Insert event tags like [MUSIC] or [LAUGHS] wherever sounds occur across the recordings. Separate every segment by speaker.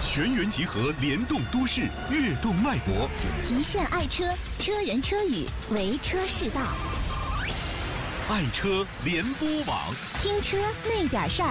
Speaker 1: 全员集合，联动都市，跃动脉搏。
Speaker 2: 极限爱车，车人车语，为车是道。
Speaker 1: 爱车联播网，
Speaker 2: 听车那点事儿。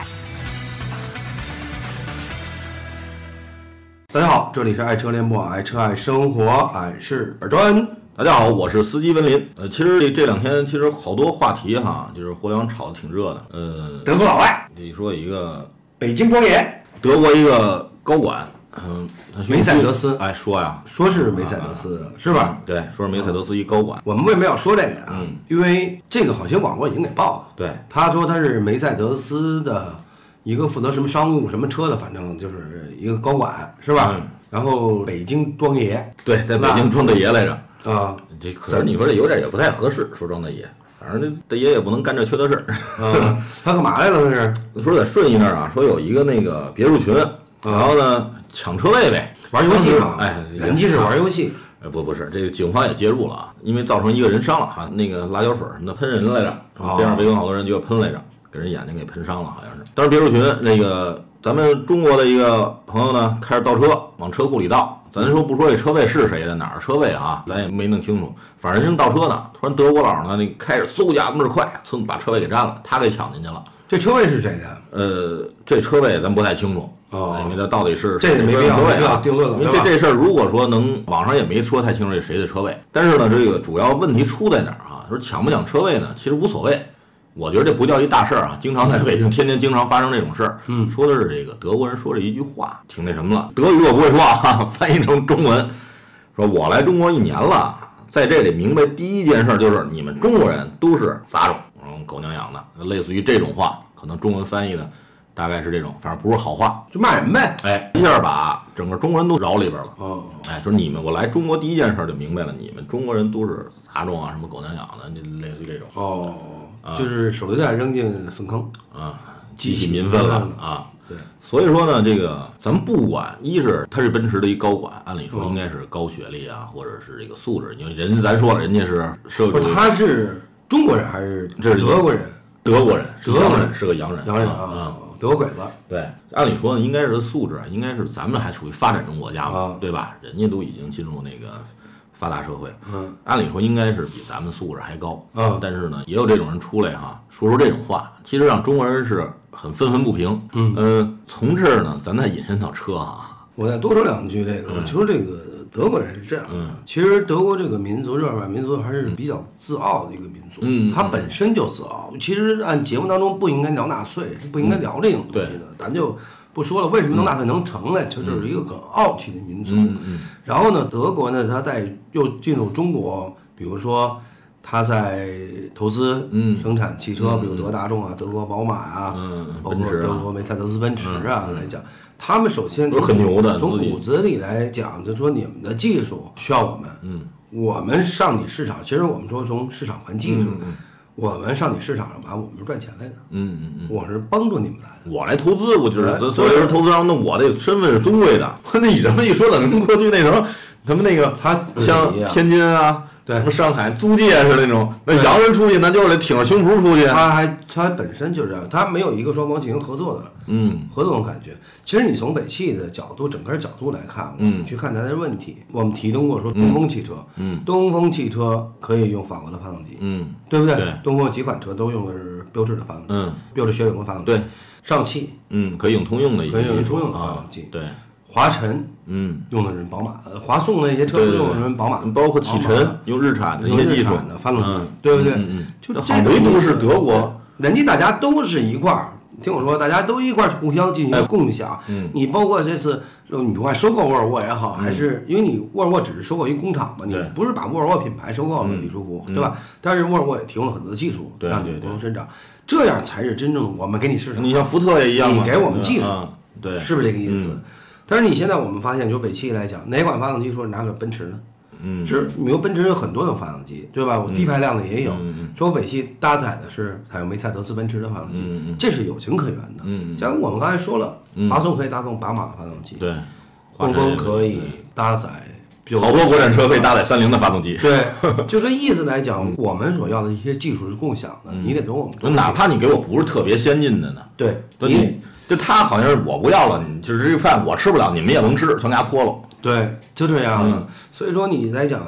Speaker 3: 大家好，这里是爱车联播，爱车爱生活，俺是尔专。
Speaker 4: 大家好，我是司机文林。呃，其实这这两天其实好多话题哈，就是互联网炒的挺热的。呃，
Speaker 3: 德国老外，
Speaker 4: 你说一个
Speaker 3: 北京光研，
Speaker 4: 德国一个高管，嗯、他宣布
Speaker 3: 梅赛德斯
Speaker 4: 哎，说呀，
Speaker 3: 说是梅赛德斯、是吧？
Speaker 4: 嗯对，说是梅赛德斯一高管，
Speaker 3: 我们为什么要说这个啊？
Speaker 4: 嗯
Speaker 3: 因为这个好像网络已经给报了。
Speaker 4: 对，
Speaker 3: 他说他是梅赛德斯的一个负责什么商务什么车的，反正就是一个高管，是吧？
Speaker 4: 嗯
Speaker 3: 然后北京庄爷
Speaker 4: 对，在北京庄大爷来着。 [LAUGHS]
Speaker 3: 啊
Speaker 4: 这可是你说这有点也不太合适，说庄大爷，反正这大爷也不能干这缺德事儿。
Speaker 3: 啊，他干嘛来了？他是
Speaker 4: [LAUGHS] 说在顺义那儿啊，说有一个那个别墅群，然后呢抢车位呗，
Speaker 3: 啊玩游戏嘛
Speaker 4: 嘛，？哎，
Speaker 3: 人家是玩游戏，
Speaker 4: 呃，不，不是，这个警方也介入了啊，因为造成一个人伤了哈，那个辣椒水儿什么的喷人来着，
Speaker 3: 哦
Speaker 4: 边上围观好多人就要喷来着，给人眼睛给喷伤了，好像是。当时别墅群那个咱们中国的一个朋友呢，开始倒车往车库里倒，咱说不说这车位是谁的，哪儿车位啊，咱也没弄清楚，反正正倒车呢，突然德国佬呢，那开始嗖一下倍儿快，噌把车位给占了，他给抢进去了。
Speaker 3: 这车位是谁的？
Speaker 4: 呃，这车位咱不太清楚。哎
Speaker 3: 哦
Speaker 4: 因为它到底是
Speaker 3: 这也没必要
Speaker 4: 车位
Speaker 3: 没必要
Speaker 4: 啊
Speaker 3: 定论了
Speaker 4: 因为
Speaker 3: 对
Speaker 4: 这
Speaker 3: 吧
Speaker 4: 这事儿，如果说能网上也没说太清楚这谁的车位，但是呢，这个主要问题出在哪儿啊？说抢不抢车位呢？其实无所谓，我觉得这不叫一大事儿啊。经常在北京，天天经常发生这种事儿。嗯，说的是这个德国人说了一句话，挺那什么了。德语我不会说啊， [LAUGHS] 翻译成中文，说我来中国一年了，在这里明白第一件事就是你们中国人都是杂种，嗯，狗娘养的，类似于这种话，可能中文翻译的大概是这种，反正不是好话。
Speaker 3: 就骂人呗。
Speaker 4: 哎，一下把整个中国人都饶里边了。
Speaker 3: 哦，
Speaker 4: 哎，就是你们，我来中国第一件事就明白了，你们中国人都是杂种啊，什么狗娘养的，就类似于这种
Speaker 3: 哦，就是手榴弹扔进粪坑。
Speaker 4: 啊，激起民愤了啊。
Speaker 3: 对，
Speaker 4: 所以说呢，这个咱们不管，一是他是奔驰的一高管，按理说
Speaker 3: 嗯
Speaker 4: 应该是高学历啊，或者是这个素质，因为人家咱说了，人家是社
Speaker 3: 不
Speaker 4: 会主
Speaker 3: 是，
Speaker 4: 义
Speaker 3: 他是中国人还是
Speaker 4: 这是
Speaker 3: 德国人？
Speaker 4: 德国人，是
Speaker 3: 德国人
Speaker 4: 洋人是个洋人，
Speaker 3: 洋人
Speaker 4: 啊
Speaker 3: 啊，德国鬼子。
Speaker 4: 对，按理说呢应该是素质，啊应该是咱们还属于发展中国家嘛，
Speaker 3: 啊
Speaker 4: 对吧？人家都已经进入那个发达社会了，
Speaker 3: 嗯，
Speaker 4: 按理说应该是比咱们素质还高，
Speaker 3: 啊
Speaker 4: 但是呢，也有这种人出来哈，说出这种话，其实让中国人是很愤愤不平，嗯，呃，从这儿呢，咱再引申到车啊，
Speaker 3: 我再多说两句这
Speaker 4: 嗯
Speaker 3: 个，我觉得这个德国人是这样的。其实德国这个民族，日耳曼民族还是比较自傲的一个民族，
Speaker 4: 嗯
Speaker 3: 他本身就自傲。其实按节目当中不应该聊纳粹，是不
Speaker 4: 嗯
Speaker 3: 应该聊这种东西的，咱就不说了。为什么能纳粹能成呢？其实就是一个很傲气的民族。
Speaker 4: 嗯嗯，
Speaker 3: 然后呢，德国呢，它在又进入中国，比如说它在投资
Speaker 4: 嗯
Speaker 3: 生产汽车，比如德国大众啊、德国宝马啊，
Speaker 4: 嗯
Speaker 3: 包括
Speaker 4: 奔驰啊嗯
Speaker 3: 德国梅赛德斯奔驰啊、来讲，他们首先
Speaker 4: 都很牛的
Speaker 3: 从
Speaker 4: 自己
Speaker 3: 骨子里来讲，就说你们的技术需要我们，嗯，我们上你市场，其实我们说从市场还技术，我们上你市场上玩，我们是赚钱来的，
Speaker 4: 嗯嗯嗯。
Speaker 3: 我是帮助你们来的。
Speaker 4: 我来投资，我就
Speaker 3: 哎
Speaker 4: 是所以说投资商，那我的身份是尊贵的。 [LAUGHS] 那你这么一说，咱们过去那时候，咱们那个
Speaker 3: 他不是
Speaker 4: 像
Speaker 3: 你啊
Speaker 4: 天津啊，
Speaker 3: 对
Speaker 4: 什么上海租界是那种，那洋人出去那就是得挺着胸脯出去。
Speaker 3: 他还他本身就是这样，他没有一个双方进行合作的，
Speaker 4: 嗯，
Speaker 3: 合作的感觉。其实你从北汽的角度，整个角度来看，我
Speaker 4: 嗯
Speaker 3: 们去看它的问题，我们提供过说东风汽车，嗯，东风汽车可以用法国的发动机，
Speaker 4: 嗯，
Speaker 3: 对不对？
Speaker 4: 对
Speaker 3: 东风有几款车都用的是标致的发动机，
Speaker 4: 嗯，
Speaker 3: 标致雪铁龙发动机，
Speaker 4: 对，
Speaker 3: 上汽、
Speaker 4: 嗯，可以用通用的一些
Speaker 3: 可以用
Speaker 4: 技术
Speaker 3: 通用的发
Speaker 4: 啊
Speaker 3: 动机，
Speaker 4: 对，
Speaker 3: 华晨
Speaker 4: 嗯，
Speaker 3: 用的是宝马，呃华颂那些车
Speaker 4: 对
Speaker 3: 都
Speaker 4: 对
Speaker 3: 用的
Speaker 4: 对
Speaker 3: 是宝马，
Speaker 4: 包括启
Speaker 3: 宝马
Speaker 4: 辰用日产的一些技术
Speaker 3: 哦有日产的发动机，
Speaker 4: 嗯
Speaker 3: 对不对？
Speaker 4: 嗯嗯
Speaker 3: 就
Speaker 4: 好唯独是德国，
Speaker 3: 人家大家都是一块儿。听我说，大家都一块儿互相进行共
Speaker 4: 哎
Speaker 3: 享。
Speaker 4: 嗯
Speaker 3: 你包括这次，呃你不管收购沃尔沃也好，还是因为你沃尔沃只是收购一工厂嘛，你
Speaker 4: 嗯对嗯
Speaker 3: 不是把沃尔沃品牌收购了，李书福，对吧？但是沃尔沃也提供了很多技术，
Speaker 4: 对
Speaker 3: 让你
Speaker 4: 对对
Speaker 3: 共同生长，这样才是真正的我们给你市场。
Speaker 4: 你像福特也一样嘛，
Speaker 3: 你给我们技术
Speaker 4: 啊对，嗯
Speaker 3: 是不是这个意思？但是你现在我们发现，就北汽来讲，哪款发动机说拿个奔驰呢？嗯，是，比如奔驰有很多种发动机，对
Speaker 4: 嗯
Speaker 3: 吧？我低排量的也有。说北汽搭载的是采用梅赛德斯奔驰的发动机，
Speaker 4: 嗯
Speaker 3: 这是有情可原的。嗯，像我们刚才说了，华颂可以搭载宝马的发动机，
Speaker 4: 对，华
Speaker 3: 东
Speaker 4: 晨
Speaker 3: 风可以搭载标致
Speaker 4: 好多国产车可以搭嗯载三菱的发动机。
Speaker 3: [LAUGHS] 对，就这意思来讲，我们所要的一
Speaker 4: 嗯
Speaker 3: 些技术是共享的，你得懂我们多。
Speaker 4: 哪怕你给我不是特别先进的呢，
Speaker 3: 对，
Speaker 4: 那
Speaker 3: 你
Speaker 4: 你这就他好像是我不要了，你就是这饭我吃不了，你们也甭吃，全给他泼了。
Speaker 3: 对，就这样的。所以说你来讲，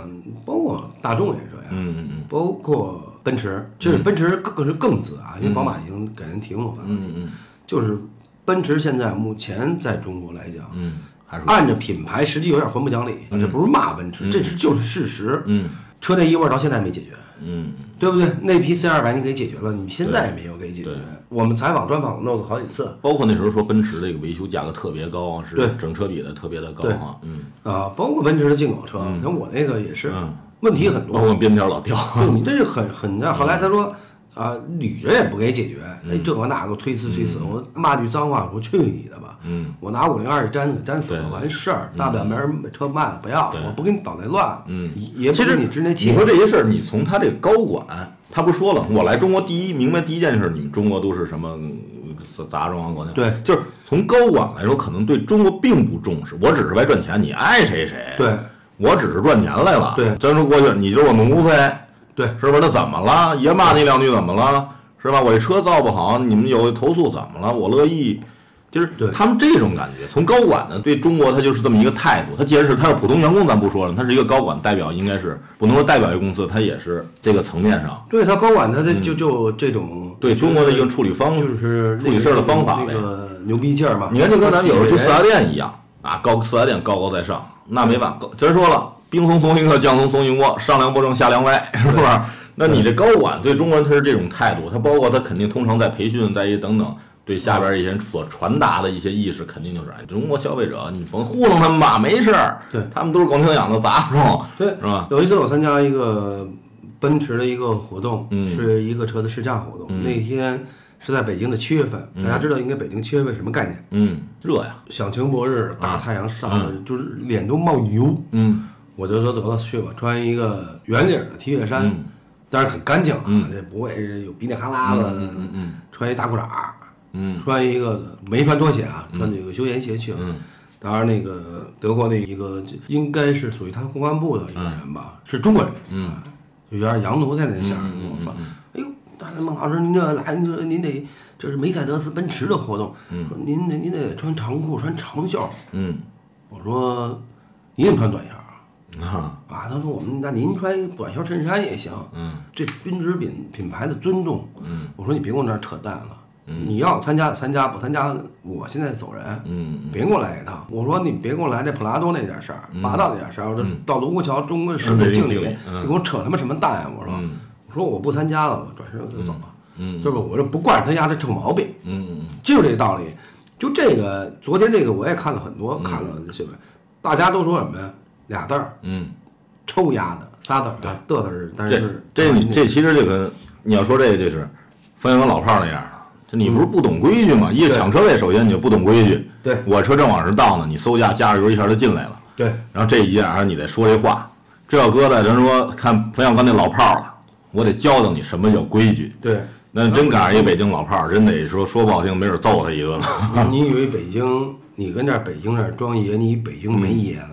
Speaker 3: 包括大众也是这样，
Speaker 4: 嗯嗯嗯
Speaker 3: 包括奔驰，就是奔驰更是更自啊，因为宝马已经给人提供了发动机，
Speaker 4: 嗯嗯
Speaker 3: 就是奔驰现在目前在中国来讲，
Speaker 4: 嗯，还是
Speaker 3: 按着品牌实际有点混不讲理，这不是骂奔驰，这是就是事实。
Speaker 4: 嗯
Speaker 3: 车内异味到现在没解决，
Speaker 4: 嗯
Speaker 3: 对不对？那批 C 二百你给解决了，你现在也没有给解决。我们采访专访弄了好几次
Speaker 4: 包括那时候说奔驰这个维修价格特别高，是
Speaker 3: 对
Speaker 4: 整车比的特别的高
Speaker 3: 对
Speaker 4: 哈，嗯，
Speaker 3: 啊，包括奔驰的进口车，你看我那个也是
Speaker 4: 嗯，
Speaker 3: 问题很多
Speaker 4: 包。括边条老掉，
Speaker 3: 对你这是很很那。后来他说啊，捋着也不给解决，
Speaker 4: 嗯
Speaker 3: 哎，这个那个推辞推辞，我骂句脏话，我去你的吧！
Speaker 4: 嗯，
Speaker 3: 我拿五零二粘你，粘死了
Speaker 4: 对嗯
Speaker 3: 完事儿，大不了没人车卖了，不要了，
Speaker 4: 对
Speaker 3: 我不给你捣那乱，
Speaker 4: 嗯
Speaker 3: 也也不
Speaker 4: 其实
Speaker 3: 跟你之内气
Speaker 4: 你。说这些事儿，你从他这个高管，他不是说了，我来中国第一，明白第一件事，你们中国都是什么呃杂种啊，国内
Speaker 3: 对
Speaker 4: 就是从高管来说，可能对中国并不重视，我只是来赚钱，你爱谁谁，
Speaker 3: 对
Speaker 4: 我只是赚钱来了，
Speaker 3: 对
Speaker 4: 咱说过去，你就是我们无非，
Speaker 3: 对
Speaker 4: 是不是？那怎么了？爷骂你两句怎么了？是吧？我这车造不好，你们有投诉怎么了？我乐意。就是
Speaker 3: 对
Speaker 4: 他们这种感觉，从高管呢对中国他就是这么一个态度。他既然是他是普通员工，咱不说了，他是一个高管代表，应该是不能说代表一个公司，他也是这个层面上
Speaker 3: 对他高管他的就就这种
Speaker 4: 嗯对中国的一个处理方式。
Speaker 3: 就是
Speaker 4: 处理事儿的方法呗
Speaker 3: 那个牛逼劲儿嘛。
Speaker 4: 你看，就跟咱们有时候去四
Speaker 3: 三。
Speaker 4: S 店一样啊，高四 S 店高高在上，那没办法。高今儿说了，冰松松一个，酱松松一窝，上梁不正下梁歪，是不是？那你这高管对中国人他是这种态度，他包括他肯定通常在培训，在一等等，对下边一些人所传达的一些意识，肯定就是哎，中国消费者，你甭糊弄他们吧，没事儿，
Speaker 3: 对
Speaker 4: 他们都是光听养的杂种，
Speaker 3: 对
Speaker 4: 是吧？
Speaker 3: 有一次我参加一个奔驰的一个活动，
Speaker 4: 嗯
Speaker 3: 是一个车的试驾活动。那天是在北京的七月份，大家知道应该北京七月份什么概念？
Speaker 4: 嗯，热呀，
Speaker 3: 响晴博日，
Speaker 4: 啊
Speaker 3: 大太阳晒的，就是脸都冒油。
Speaker 4: 嗯
Speaker 3: 我就说得了，去吧，穿一个圆领的 T 恤衫，但是很干净啊，这不会有鼻涕哈喇子，穿一大裤衩儿，
Speaker 4: 嗯
Speaker 3: 穿一个没穿拖鞋啊，穿这个休闲鞋去了。当然，那个德国那一个应该是属于他公安部的一个人吧，是中国人，嗯，有点洋奴在那下面跟我说，哎呦。大雷孟老师，您这来，您这您得这是梅赛德斯奔驰的活动，说您得您得穿长裤，穿长袖。
Speaker 4: 嗯
Speaker 3: 我说你怎么穿短袖啊？
Speaker 4: 啊
Speaker 3: 啊，他说我们那您穿一短袖衬衫也行，
Speaker 4: 嗯，
Speaker 3: 这宾职品品牌的尊重，嗯，我说你别跟我这儿扯淡了，你要参加参加，不参加我现在走人，
Speaker 4: 嗯，
Speaker 3: 别跟我来一趟，我说你别跟我来这普拉多那点事儿，霸道那点事儿，我这到卢沟桥中国石头
Speaker 4: 嗯
Speaker 3: 敬
Speaker 4: 敬
Speaker 3: 礼，
Speaker 4: 礼嗯
Speaker 3: 你给我扯他妈什么淡啊呀？我说，我说我不参加了，我转身我就走了，
Speaker 4: 嗯
Speaker 3: 就是我这不惯着他家这臭毛病，
Speaker 4: 嗯
Speaker 3: 就是这道理。就这个，昨天这个我也看了很多，看了新闻，大家都说什么呀？俩字儿，
Speaker 4: 嗯。
Speaker 3: 臭丫的仨字儿啊，嘚嘚儿，但
Speaker 4: 这
Speaker 3: 是
Speaker 4: 这你
Speaker 3: 啊
Speaker 4: 这其实就跟你要说这个就是方圆跟老炮儿那样的，就你不是不懂规矩吗？一
Speaker 3: 嗯对
Speaker 4: 抢车位，首先你就不懂规矩。
Speaker 3: 对
Speaker 4: 我车正往这儿倒呢，你嗖驾加着油一下就进来了，
Speaker 3: 对
Speaker 4: 然后这一下你得说这话，这要搁在咱说看冯小刚那老炮儿了，我得教教你什么叫规矩。
Speaker 3: 对，
Speaker 4: 那真赶上一北京老炮儿，真得说说不好听，没准揍他一顿了。 [LAUGHS]
Speaker 3: 你以为北京，你跟这儿北京这儿装爷，你以为北京没爷呢？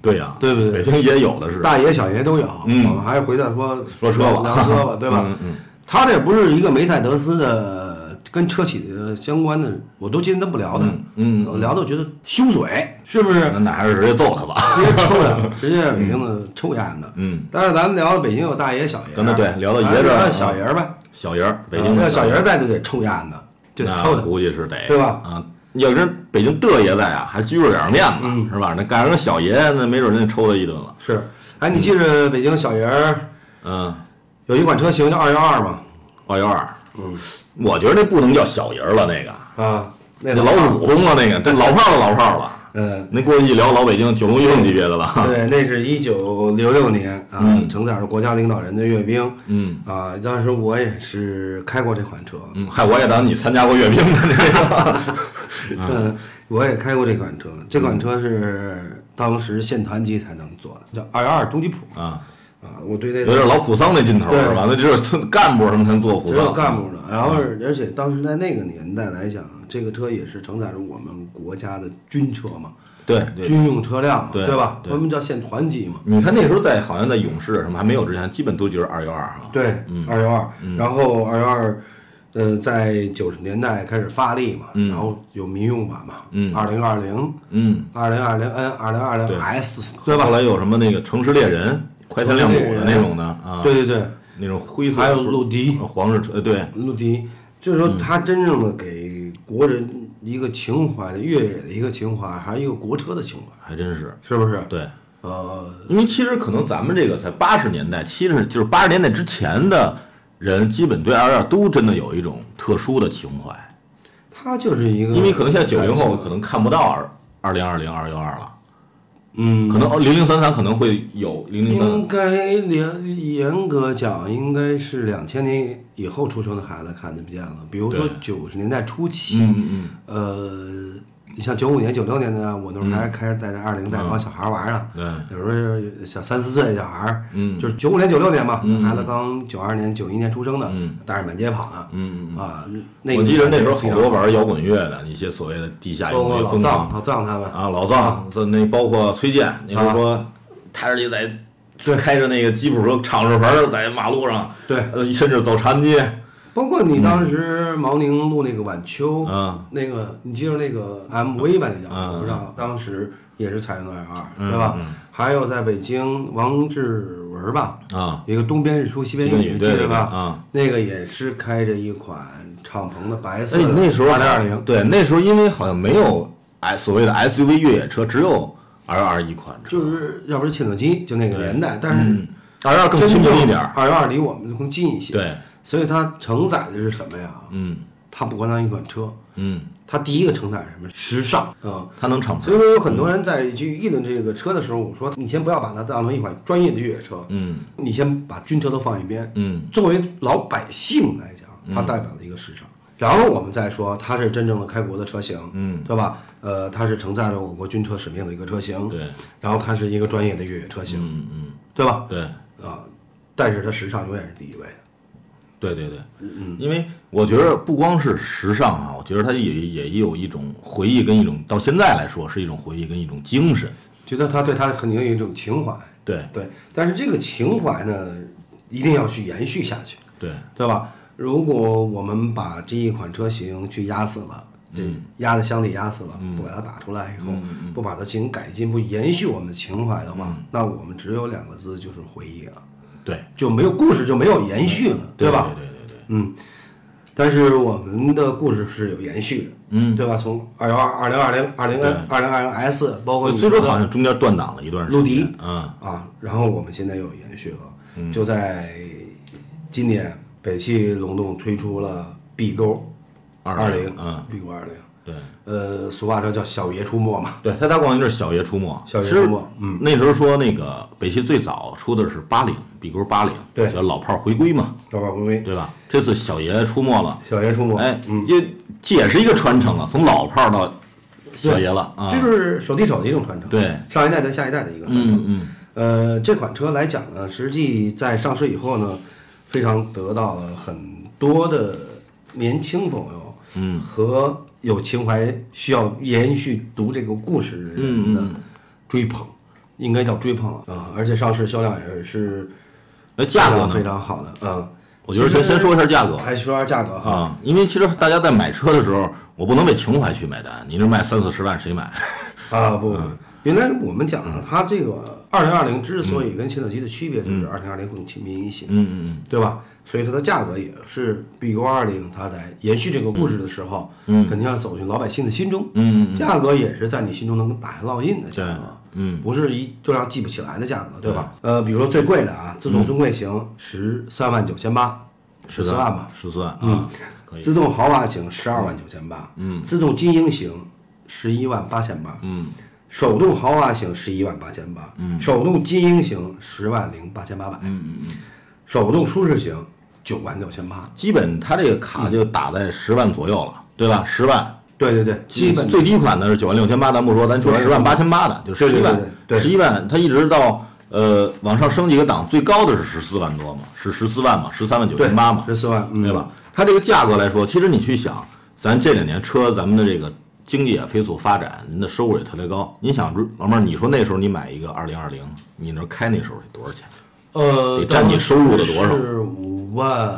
Speaker 4: 对呀、
Speaker 3: 对不对
Speaker 4: 北京也有的是。
Speaker 3: 大爷小爷都有，
Speaker 4: 嗯
Speaker 3: 我们还是回到说
Speaker 4: 说车吧
Speaker 3: 聊车
Speaker 4: [LAUGHS]
Speaker 3: 吧，对吧？
Speaker 4: 嗯嗯
Speaker 3: 他这不是一个梅赛德斯的跟车企的相关的，我都今天都不聊的，
Speaker 4: 嗯嗯
Speaker 3: 我聊的我觉得羞嘴，是不是？
Speaker 4: 那还是直接揍他吧。
Speaker 3: 直接抽
Speaker 4: [LAUGHS]
Speaker 3: 的，直接北京的抽烟的。
Speaker 4: 嗯，
Speaker 3: 但是咱们聊的北京有大爷小爷，啊
Speaker 4: 咱们对聊到爷这儿
Speaker 3: 咱们小爷儿呗，
Speaker 4: 小爷儿，北京
Speaker 3: 要
Speaker 4: 的
Speaker 3: 啊小
Speaker 4: 爷
Speaker 3: 爷儿在就得抽烟的，就得
Speaker 4: 那
Speaker 3: 抽的。
Speaker 4: 估计是得
Speaker 3: 对吧
Speaker 4: 啊，要真北京的爷在啊，还拘着点儿面子、
Speaker 3: 嗯
Speaker 4: 是吧？那赶上个小爷，那没准儿就抽他一顿了。
Speaker 3: 是，哎，你记着北京小爷儿
Speaker 4: 嗯，
Speaker 3: 有一款车型叫二幺二吗？
Speaker 4: 二幺二，嗯，我觉得那不能叫小爷儿了，那个
Speaker 3: 啊，那
Speaker 4: 那
Speaker 3: 个
Speaker 4: 老祖宗了，那个这老炮儿了，老炮儿了。
Speaker 3: 嗯，
Speaker 4: 那过去一聊老北京九龙一凤级别的了。
Speaker 3: 对，那是一九六六年啊，
Speaker 4: 啊嗯
Speaker 3: 承载着国家领导人的阅兵。
Speaker 4: 嗯
Speaker 3: 啊，当时我也是开过这款车，
Speaker 4: 嗯，嗨，我也当你参加过阅兵的那
Speaker 3: [LAUGHS]
Speaker 4: 个。啊
Speaker 3: 嗯，我也开过这款车。
Speaker 4: 嗯
Speaker 3: 这款车是当时县团级才能做的，叫二幺二中级普
Speaker 4: 啊，
Speaker 3: 啊。我对那
Speaker 4: 有点老苦桑那劲头
Speaker 3: 对
Speaker 4: 是吧？那只有干部什么才能做苦
Speaker 3: 只有
Speaker 4: 桑。
Speaker 3: 干部的，然后而且当时在那个年代来讲，这个车也是承载着我们国家的军车嘛，
Speaker 4: 对对
Speaker 3: 军用车辆嘛，
Speaker 4: 对
Speaker 3: 吧？
Speaker 4: 对
Speaker 3: 他们叫县团级嘛。
Speaker 4: 你看那时候在好像嗯在勇士什么还没有之前，基本都觉得二幺二哈。
Speaker 3: 对，二幺二，然后二幺二呃，在九十年代开始发力嘛，然后有民用版嘛，
Speaker 4: 嗯
Speaker 3: 二零二零、
Speaker 4: 嗯，
Speaker 3: 二零二零 N、二零二
Speaker 4: 对
Speaker 3: 零 S，对
Speaker 4: 再后
Speaker 3: 吧？
Speaker 4: 来有什么那个《城市猎人》《快天亮谷》的那种的啊，
Speaker 3: 对，对对，
Speaker 4: 那种灰色，
Speaker 3: 还有陆迪，
Speaker 4: 黄日呃对，
Speaker 3: 陆迪，就是
Speaker 4: 嗯
Speaker 3: 说他真正的给国人一个情怀的越野的一个情怀，还有一个国车的情怀，
Speaker 4: 还真是
Speaker 3: 是不是？
Speaker 4: 对。
Speaker 3: 呃，
Speaker 4: 因为其实可能咱们这个在八十年代、七十就是八十年代之前的人，基本对二二都真的有一种特殊的情怀，
Speaker 3: 他就是一个，
Speaker 4: 因为可能现在九零后可，能看不到二二零二零二幺二了，
Speaker 3: 嗯，
Speaker 4: 可能零零三三可能会有零零
Speaker 3: 应
Speaker 4: 三，
Speaker 3: 该严严格讲，应该是两千年以后出生的孩子看得见了。比如说
Speaker 4: 对
Speaker 3: 九十年代初期，
Speaker 4: 嗯嗯
Speaker 3: 呃，你像九五年、九六年的，我那会儿还开始带着二零带帮小孩玩儿啊。
Speaker 4: 嗯，
Speaker 3: 有时候是小三四岁的小孩儿，
Speaker 4: 嗯
Speaker 3: 就是九五年、九六年吧，
Speaker 4: 嗯
Speaker 3: 孩子刚九二年、九一年出生的，
Speaker 4: 嗯
Speaker 3: 带着满街跑呢，
Speaker 4: 嗯
Speaker 3: 啊，那
Speaker 4: 对，
Speaker 3: 个
Speaker 4: 我记得那时候好
Speaker 3: 非常
Speaker 4: 多，玩摇滚乐的一些所谓的地下
Speaker 3: 包
Speaker 4: 摇
Speaker 3: 括
Speaker 4: 滚乐
Speaker 3: 老
Speaker 4: 风
Speaker 3: 藏、
Speaker 4: 潮
Speaker 3: 老藏他们，
Speaker 4: 啊，老
Speaker 3: 嗯
Speaker 4: 藏这那包括崔健，那
Speaker 3: 啊
Speaker 4: 时候说他是在开着那个吉普车敞着门儿在马路上，
Speaker 3: 对，
Speaker 4: 呃，甚至走长安街，
Speaker 3: 包括你当时毛宁录那个晚秋，
Speaker 4: 嗯
Speaker 3: 那个你记得那个 MV 吧？那叫、
Speaker 4: 嗯
Speaker 3: 我不知道，当时也是采用的二
Speaker 4: 嗯
Speaker 3: 二，对吧？
Speaker 4: 嗯
Speaker 3: 还有在北京王志文吧，
Speaker 4: 啊，
Speaker 3: 有一个东边日出西边
Speaker 4: 西边
Speaker 3: 雨，
Speaker 4: 雨
Speaker 3: 记
Speaker 4: 对
Speaker 3: 得
Speaker 4: 对
Speaker 3: 吧？
Speaker 4: 对啊
Speaker 3: 那个也是开着一款敞篷的白色
Speaker 4: 哎，
Speaker 3: 的，
Speaker 4: 那时候
Speaker 3: 二零二零，
Speaker 4: 对，那时候因为好像没有哎所谓的 SUV 越野车，只有 R 二一款车，
Speaker 3: 就是要不是切诺基，就那个年代，但是
Speaker 4: 嗯，R 二更亲
Speaker 3: 真正
Speaker 4: 民一点儿，
Speaker 3: 二幺二离我们更近一些，，
Speaker 4: 对，
Speaker 3: 所以它承载的是什么呀？
Speaker 4: 嗯
Speaker 3: 它不光当一款车，
Speaker 4: 嗯，
Speaker 3: 它第一个承载是什么？时尚啊。嗯
Speaker 4: 它能敞
Speaker 3: 所
Speaker 4: 篷，
Speaker 3: 以说，有很多人在去议论这个车的时候，我说你先不要把它当成一款专业的越野车，
Speaker 4: 嗯
Speaker 3: 你先把军车都放一边。
Speaker 4: 嗯
Speaker 3: 作为老百姓来讲，它代表了一个时尚。然后我们再说，它是真正的开国的车型，
Speaker 4: 嗯，
Speaker 3: 对吧？呃，它是承载着我国军车使命的一个车型，
Speaker 4: 对，
Speaker 3: 然后它是一个专业的越野车型，
Speaker 4: 嗯嗯，
Speaker 3: 对吧？
Speaker 4: 对。
Speaker 3: 啊、但是它时尚永远是第一位的。
Speaker 4: 对对对，
Speaker 3: 嗯
Speaker 4: 因为我觉得不光是时尚啊，我觉得它也也有一种回忆跟一种到现在来说是一种回忆跟一种精神。
Speaker 3: 觉得他对他肯定有一种情怀，
Speaker 4: 对
Speaker 3: 对，但是这个情怀呢，一定要去延续下去，
Speaker 4: 对，
Speaker 3: 对吧？如果我们把这一款车型去压死了，对，
Speaker 4: 嗯
Speaker 3: 压在箱里压死了，不把它打出来以后，不把它进行改进，不延续我们的情怀的
Speaker 4: 嗯
Speaker 3: 话，那我们只有两个字就是回忆了，
Speaker 4: 对
Speaker 3: 就没有故事，就没有延续了，吧？
Speaker 4: 对对对对，
Speaker 3: 嗯，但是我们的故事是有延续的，
Speaker 4: 嗯
Speaker 3: 对吧？从二幺二、二零二零、二零 N、二零二零 S，包括你
Speaker 4: 虽说
Speaker 3: 说的
Speaker 4: 好像中间断档了一段时间，
Speaker 3: 陆迪
Speaker 4: 嗯
Speaker 3: 啊，然后我们现在又有延续了，就在今年，北汽隆重推出了 B 勾二
Speaker 4: 20
Speaker 3: 零，
Speaker 4: 嗯
Speaker 3: ，B 勾二零，
Speaker 4: 对。
Speaker 3: 呃，俗话说叫小爷出没嘛，
Speaker 4: 对，他大广就是小爷出没。
Speaker 3: 小爷
Speaker 4: 其实
Speaker 3: 出没嗯，
Speaker 4: 那时候说那个北汽最早出的是八零比勾八零，
Speaker 3: 对
Speaker 4: 叫老炮儿回归嘛，
Speaker 3: 要不然回归
Speaker 4: 对吧？这次小爷出没了，
Speaker 3: 小爷出没，
Speaker 4: 哎，
Speaker 3: 嗯，
Speaker 4: 也这也是一个传承了，从老炮儿到小爷了啊。
Speaker 3: 这就是手递手的一种传承，
Speaker 4: 对
Speaker 3: 上一代对下一代的一个传承
Speaker 4: 嗯。嗯
Speaker 3: 呃，这款车来讲呢，实际在上市以后呢，非常得到了很多的年轻朋友，嗯，和有情怀需要延续读这个故事的人
Speaker 4: 嗯
Speaker 3: 的追捧，应该叫追捧啊、而且上市销量也是
Speaker 4: 那呃价格
Speaker 3: 非
Speaker 4: 呢？
Speaker 3: 常好的，嗯，
Speaker 4: 我觉得先先说一下价格
Speaker 3: 还说下价格哈，
Speaker 4: 啊，因为其实大家在买车的时候，我不能为情怀去买单。你这卖三四十万，谁买？
Speaker 3: 啊不，原来我们讲了，它这个二零二零之所以跟切诺基的区别就是二零二零更亲民一些，
Speaker 4: 嗯嗯嗯，
Speaker 3: 对吧？所以它的价格也是 B 勾二零，它在延续这个故事的时候，嗯，肯定要走进老百姓的心中，
Speaker 4: 嗯，
Speaker 3: 价格也是在你心中能打下烙印的价
Speaker 4: 对
Speaker 3: 格，
Speaker 4: 嗯，
Speaker 3: 不是一就让记不起来的价格，对吧？呃，比如说最贵的啊，自动尊贵型十三万九千八，十四万吧，嗯
Speaker 4: 十四万啊，可以。
Speaker 3: 自动豪华型十二万九千八，嗯，自动精英型十一万八千八，嗯，手动豪华型十一万八千八，嗯，手动精英型十万零八千八百，嗯嗯嗯，手动舒适型九万六千八，
Speaker 4: 基本它这个卡就打在十万左右了，对吧？十万，
Speaker 3: 对对对，基本
Speaker 4: 最低款的是九万六千八，咱不说，咱说十万八千八的，就
Speaker 3: 对
Speaker 4: 十
Speaker 3: 对
Speaker 4: 一万，
Speaker 3: 对对
Speaker 4: 十一万，它一直到呃往上升几个档，最高的是十四万多嘛，是十四万嘛，十三万九千八嘛，
Speaker 3: 十四万，嗯
Speaker 4: 对？吧？它这个价格来说，其实你去想，咱这两年车咱们的这个经济也飞速发展，您的收入也特别高。你想，如老妹儿，你说那时候你买一个二零二零，你那开那时候得多少钱？
Speaker 3: 呃，
Speaker 4: 得占你收入的多少
Speaker 3: 是五万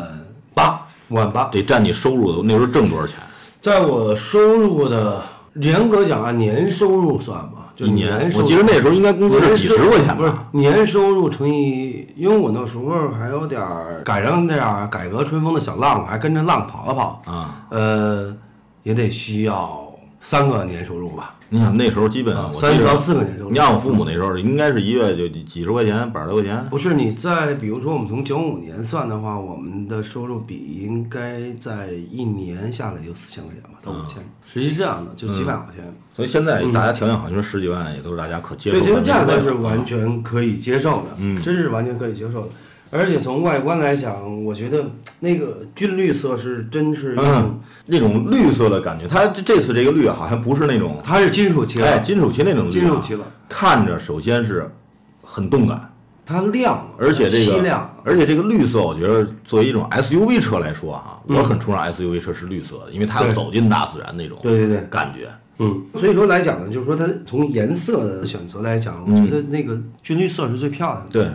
Speaker 3: 八，五万八，
Speaker 4: 得占你收入的那时候挣多少钱？
Speaker 3: 在我收入的严格讲按年收入算吧，就
Speaker 4: 一年
Speaker 3: 年，收
Speaker 4: 我
Speaker 3: 入。
Speaker 4: 记得那时候应该工资是几十块钱
Speaker 3: 不是
Speaker 4: 吧？
Speaker 3: 年收入乘以，因为我那时候还有点儿赶上那点儿改革春风的小浪，我还跟着浪跑了跑，
Speaker 4: 啊，
Speaker 3: 呃，也得需要三个年收入吧，
Speaker 4: 你想那时候基本我
Speaker 3: 啊三
Speaker 4: 记
Speaker 3: 个
Speaker 4: 得
Speaker 3: 到四个年收入
Speaker 4: 你。按我父母那时候，应该是一月就几十块钱，百十多块钱。
Speaker 3: 不是你在，比如说我们从九五年算的话，我们的收入比应该在一年下来有四千块钱吧，到五
Speaker 4: 啊
Speaker 3: 千、实际是这样的，就几百块钱。
Speaker 4: 所以现在大家条件好，你说十几万也都是大家可接受
Speaker 3: 嗯对，
Speaker 4: 的。
Speaker 3: 这个价格是完全可以接受的，
Speaker 4: 嗯
Speaker 3: 真是完全可以接受的。而且从外观来讲，我觉得那个军绿色是真是一种，
Speaker 4: 嗯，那种绿色的感觉，它这这次这个绿啊好像不是那种
Speaker 3: 它是金属漆
Speaker 4: 哎
Speaker 3: 了，
Speaker 4: 金属漆那种绿、啊，
Speaker 3: 金属漆了，
Speaker 4: 看着首先是很动感，
Speaker 3: 它亮，
Speaker 4: 而且这
Speaker 3: 漆
Speaker 4: 个
Speaker 3: 亮，，啊
Speaker 4: 而且这个绿色，我觉得作为一种 SUV 车来说啊，我很崇尚 SUV 车是绿色的，因为它
Speaker 3: 嗯
Speaker 4: 要
Speaker 3: 对
Speaker 4: 走进大自然那种
Speaker 3: 对对对，
Speaker 4: 感觉。
Speaker 3: 嗯。所以说来讲呢，就是说它从颜色的选择来讲，
Speaker 4: 嗯
Speaker 3: 我觉得那个军绿色是最漂亮的。
Speaker 4: 对，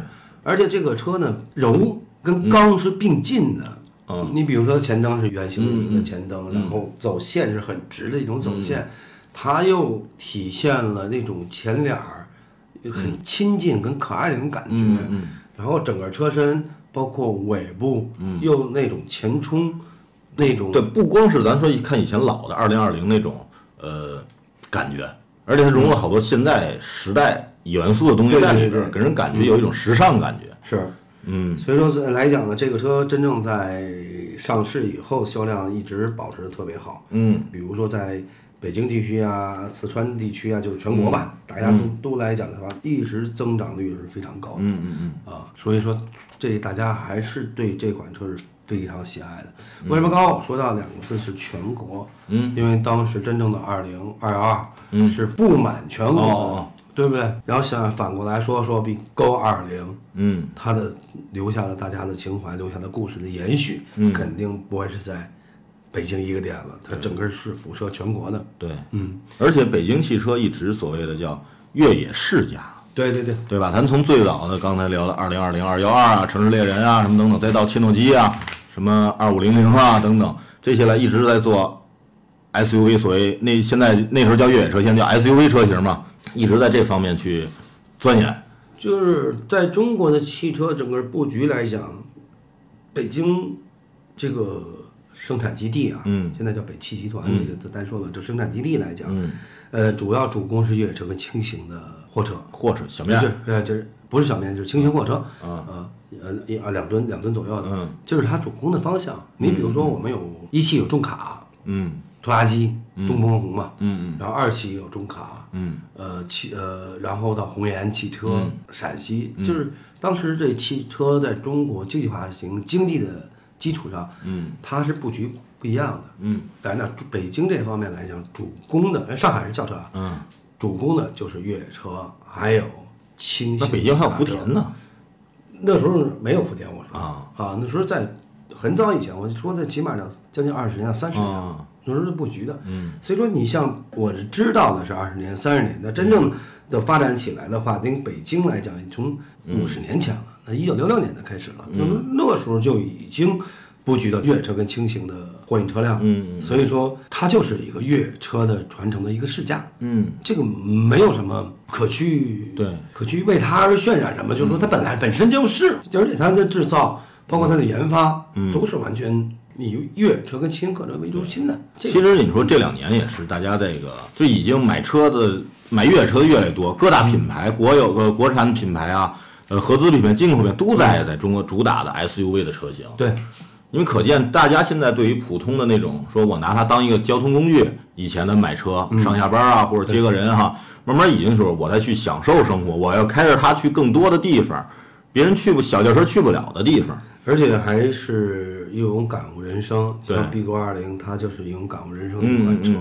Speaker 3: 而且这个车呢，柔跟刚是并进的。
Speaker 4: 嗯
Speaker 3: 你比如说前灯是圆形的一个前灯，然后走线是很直的一种走
Speaker 4: 嗯
Speaker 3: 线，它又体现了那种前脸儿很亲近跟可爱的那种感觉。
Speaker 4: 嗯嗯，
Speaker 3: 然后整个车身包括尾部，又那种前冲，那种
Speaker 4: 嗯对，不光是咱说一看以前老的二零二零那种呃感觉，而且它融了好多现代时代元素的东西在
Speaker 3: 嗯
Speaker 4: 里
Speaker 3: 对对
Speaker 4: 边，
Speaker 3: 对
Speaker 4: 给人感觉有一种时尚感觉。
Speaker 3: 是。
Speaker 4: 嗯，
Speaker 3: 所以说呃来讲呢，这个车真正在上市以后，销量一直保持的特别好。
Speaker 4: 嗯，
Speaker 3: 比如说在北京地区啊、四川地区啊，就是全国吧，大家都、都来讲的话，一直增长率是非常高的。嗯嗯嗯啊，所以说这大家还是对这款车是非常喜爱的。为什么刚刚我说到两次是全国？嗯，因为当时真正的二零二二，嗯，是布满全国的，
Speaker 4: 哦哦
Speaker 3: 对不对？然后想反过来说说 B Go 二零，
Speaker 4: 嗯，
Speaker 3: 它的留下了大家的情怀，留下的故事的延续，肯定不会是在北京一个点了，它整个是辐射全国的。
Speaker 4: 对，
Speaker 3: 嗯，
Speaker 4: 而且北京汽车一直所谓的叫越野世家，
Speaker 3: 对对对，
Speaker 4: 对吧？咱从最早的刚才聊的二零二零、二幺二啊、城市猎人啊什么等等，再到切诺基啊、什么二五零零啊等等，这些来一直在做 SUV，所谓那现在那时候叫越野车，现在叫 SUV 车型嘛，一直在这方面去钻研。
Speaker 3: 就是在中国的汽车整个布局来讲，北京这个生产基地啊，
Speaker 4: 嗯
Speaker 3: 现在叫北汽集团，这个单说了，就生产基地来讲，呃，主要主攻是越野车跟轻型的货车，
Speaker 4: 货车小
Speaker 3: 就是
Speaker 4: 面，
Speaker 3: 呃，就是不是小面，就是轻型货车啊，呃一啊两吨两吨左右的，
Speaker 4: 嗯
Speaker 3: 就是它主攻的方向。你比如说，我们有一汽有重卡、
Speaker 4: 嗯
Speaker 3: 拖拉机、东风红嘛，
Speaker 4: 嗯
Speaker 3: 然后二汽有重卡，
Speaker 4: 嗯，
Speaker 3: 呃汽呃，然后到红岩汽车、陕西，
Speaker 4: 嗯
Speaker 3: 就是当时这汽车在中国经济化型经济的基础上，
Speaker 4: 嗯，
Speaker 3: 它是布局不一样的。
Speaker 4: 嗯，
Speaker 3: 哎，那主北京这方面来讲，主攻的，哎上海是轿车啊，
Speaker 4: 嗯，
Speaker 3: 主攻的就是越野车，还有轻型
Speaker 4: 那
Speaker 3: 的
Speaker 4: 北京还有福
Speaker 3: 卡
Speaker 4: 田
Speaker 3: 车。
Speaker 4: 呢
Speaker 3: 那时候没有福田，我说
Speaker 4: 啊
Speaker 3: 啊，那时候在很早以前，我就说那起码要将近二十年、三十年，
Speaker 4: 啊，
Speaker 3: 那时候是布局的。嗯，所以说你像我知道的是二十年、三十年，那真正的发展起来的话，跟北京来讲，从五十年前了，那一九六六年就开始了，就是那时候就已经布局到越野车跟轻型的货运车辆。嗯，所以说它就是一个越野车的传承的一个世家。
Speaker 4: 嗯，
Speaker 3: 这个没有什么可去
Speaker 4: 对
Speaker 3: 可去为它而渲染什么，就是说它本来本身就是，而且它的制造，包括它的研发，都是完全以越野车跟轻型客车为中心的。这
Speaker 4: 其
Speaker 3: 个
Speaker 4: 实你说这两年也是，大家这个就已经买车的买越野车的越来越多，各大品牌国有个国产品牌啊，呃合资品牌、进口品牌都在在中国主打的 SUV 的车型。
Speaker 3: 对，
Speaker 4: 因为可见大家现在对于普通的那种说我拿它当一个交通工具，以前的买车上下班啊或者接个人哈、慢慢已经说我再去享受生活，我要开着它去更多的地方，别人去不小轿车去不了的地方。
Speaker 3: 而且还是一种感悟人生，
Speaker 4: 对
Speaker 3: 像 B 勾二零，它就是一种感悟人生的一款车，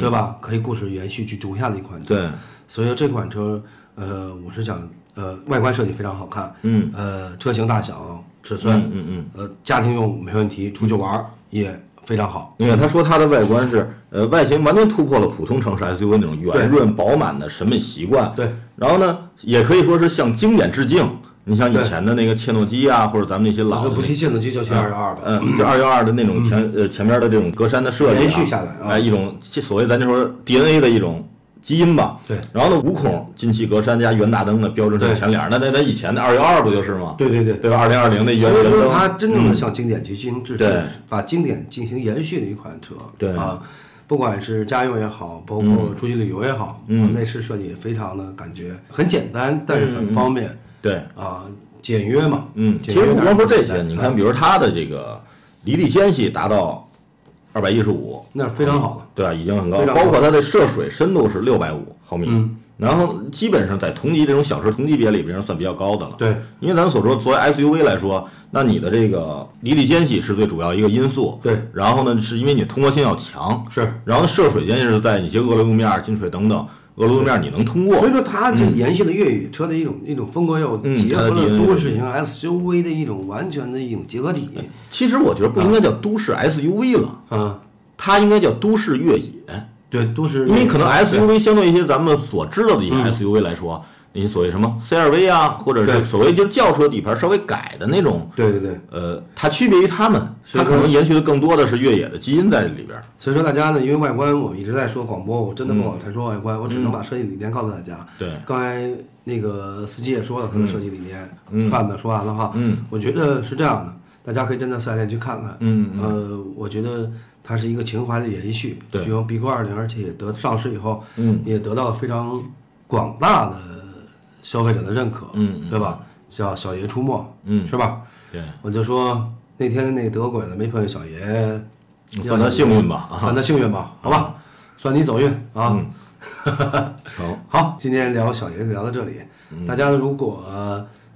Speaker 3: 对吧？嗯可以故事延续去读下的一款车。
Speaker 4: 对，
Speaker 3: 所以说这款车，呃，我是想，呃，外观设计非常好看，嗯，呃，车型大小、尺寸，嗯嗯呃，家庭用没问题，出去玩儿也非常好。
Speaker 4: 你看，他说它的外观是，呃，外形完全突破了普通城市 SUV 那种圆润饱满的审美习惯。
Speaker 3: 对，
Speaker 4: 然后呢，也可以说是向经典致敬，你像以前的那个切诺基啊，或者咱们那些老
Speaker 3: 那
Speaker 4: 的
Speaker 3: 不
Speaker 4: 那
Speaker 3: 提现动机就切二幺二吧。
Speaker 4: 嗯，就二幺二的那种前呃前面的这种格栅的设计、啊，
Speaker 3: 延续下来啊
Speaker 4: 哎，一种所谓咱就说 DNA 的一种基因吧。
Speaker 3: 对
Speaker 4: 然后呢，五孔进气格栅加圆大灯的标志
Speaker 3: 对
Speaker 4: 性前脸儿，那那咱以前的二幺二不就是吗？
Speaker 3: 对对对。
Speaker 4: 对吧？二零二零那圆
Speaker 3: 所以
Speaker 4: 圆
Speaker 3: 说，
Speaker 4: 灯，
Speaker 3: 它真正的向经典去进行致敬，
Speaker 4: 嗯对
Speaker 3: 把经典进行延续的一款车，
Speaker 4: 对
Speaker 3: 啊，不管是家用也好，包括出去旅游也好，
Speaker 4: 嗯
Speaker 3: 内饰设计也非常的感觉很简单，但是很方便
Speaker 4: 对，
Speaker 3: 啊，简约嘛，
Speaker 4: 嗯，其
Speaker 3: 简
Speaker 4: 实
Speaker 3: 约
Speaker 4: 不
Speaker 3: 感
Speaker 4: 光说这些，
Speaker 3: 嗯
Speaker 4: 你看，比如它的这个离地间隙达到二百一十五，
Speaker 3: 那是非常好的，
Speaker 4: 对啊，已经很高
Speaker 3: 非，常高
Speaker 4: 包括它的涉水深度是六百五毫米，
Speaker 3: 嗯
Speaker 4: 然后基本上在同级这种小车同级别里边算比较高的了。
Speaker 3: 对，
Speaker 4: 因为咱们所说作为 SUV 来说，那你的这个离地间隙是最主要一个因素。
Speaker 3: 对
Speaker 4: 然后呢，是因为你通过性要强，
Speaker 3: 是。
Speaker 4: 然后涉水间隙是在你一些恶劣路面、进水等等恶劣路面你能通过
Speaker 3: 所。以说，它就延续了越野车的一种、一种风格，又
Speaker 4: 嗯
Speaker 3: 结
Speaker 4: 它
Speaker 3: 合
Speaker 4: 的
Speaker 3: 了
Speaker 4: DNA
Speaker 3: 都市型 SUV 的一种完全的一种结合体。
Speaker 4: 其实我觉得不应该叫都市 SUV 了，
Speaker 3: 嗯，
Speaker 4: 它应该叫都市越野。
Speaker 3: 对，都市
Speaker 4: 因为可能
Speaker 3: 对
Speaker 4: SUV 相对一些咱们所知道的一些
Speaker 3: 嗯
Speaker 4: SUV 来说，那些所谓什么 CRV 啊，或者
Speaker 3: 对
Speaker 4: 是所谓就是轿车底盘稍微改的那种，
Speaker 3: 对对对，
Speaker 4: 呃，它区别于他们，
Speaker 3: 所以
Speaker 4: 它
Speaker 3: 说
Speaker 4: 可能延续的更多的是越野的基因在里边儿。
Speaker 3: 所以说大家呢，因为外观我们一直在说广播，我真的不好谈说外观，我只能把设计理念告诉大家。
Speaker 4: 嗯对
Speaker 3: 刚才那个司机也说了他的设计理念，范子说完了哈，
Speaker 4: 嗯，
Speaker 3: 我觉得是这样的，大家可以真的四 S 店去看看，
Speaker 4: 嗯，
Speaker 3: 呃，我觉得它是一个情怀的延续，
Speaker 4: 对
Speaker 3: 比如 BQ 二零，而且也得上市以后，
Speaker 4: 嗯，
Speaker 3: 也得到了非常广大的消费者的认可，
Speaker 4: 嗯嗯
Speaker 3: 对吧？叫小爷出没，
Speaker 4: 嗯
Speaker 3: 是吧？
Speaker 4: 对，
Speaker 3: 我就说那天那德国的没碰见小爷，
Speaker 4: 嗯算他幸运吧啊
Speaker 3: 算他幸运吧，好吧，算你走运啊。 [LAUGHS]
Speaker 4: 嗯成，
Speaker 3: 好，今天聊小爷子聊到这里，
Speaker 4: 嗯
Speaker 3: 大家如果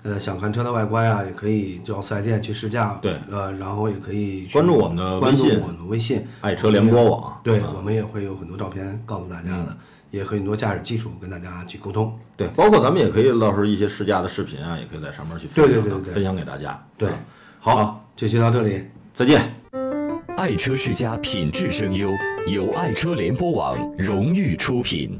Speaker 3: 呃想看车的外观啊，也可以到四 S 店去试驾，
Speaker 4: 对
Speaker 3: 呃，然后也可以去
Speaker 4: 关注我们的微
Speaker 3: 关注
Speaker 4: 信
Speaker 3: 我们的微信
Speaker 4: 爱车联播网
Speaker 3: 对
Speaker 4: 啊
Speaker 3: 我们也会有很多照片告诉大家的，也很多驾驶技术跟大家去沟通。
Speaker 4: 对，包括咱们也可以到时候一些试驾的视频啊，也可以在上面去分享
Speaker 3: 对对对对
Speaker 4: 分享给大家。
Speaker 3: 对，
Speaker 4: 好，
Speaker 3: 这期到这里，
Speaker 4: 再见。
Speaker 1: 爱车世家品质声优，由爱车联播网荣誉出品。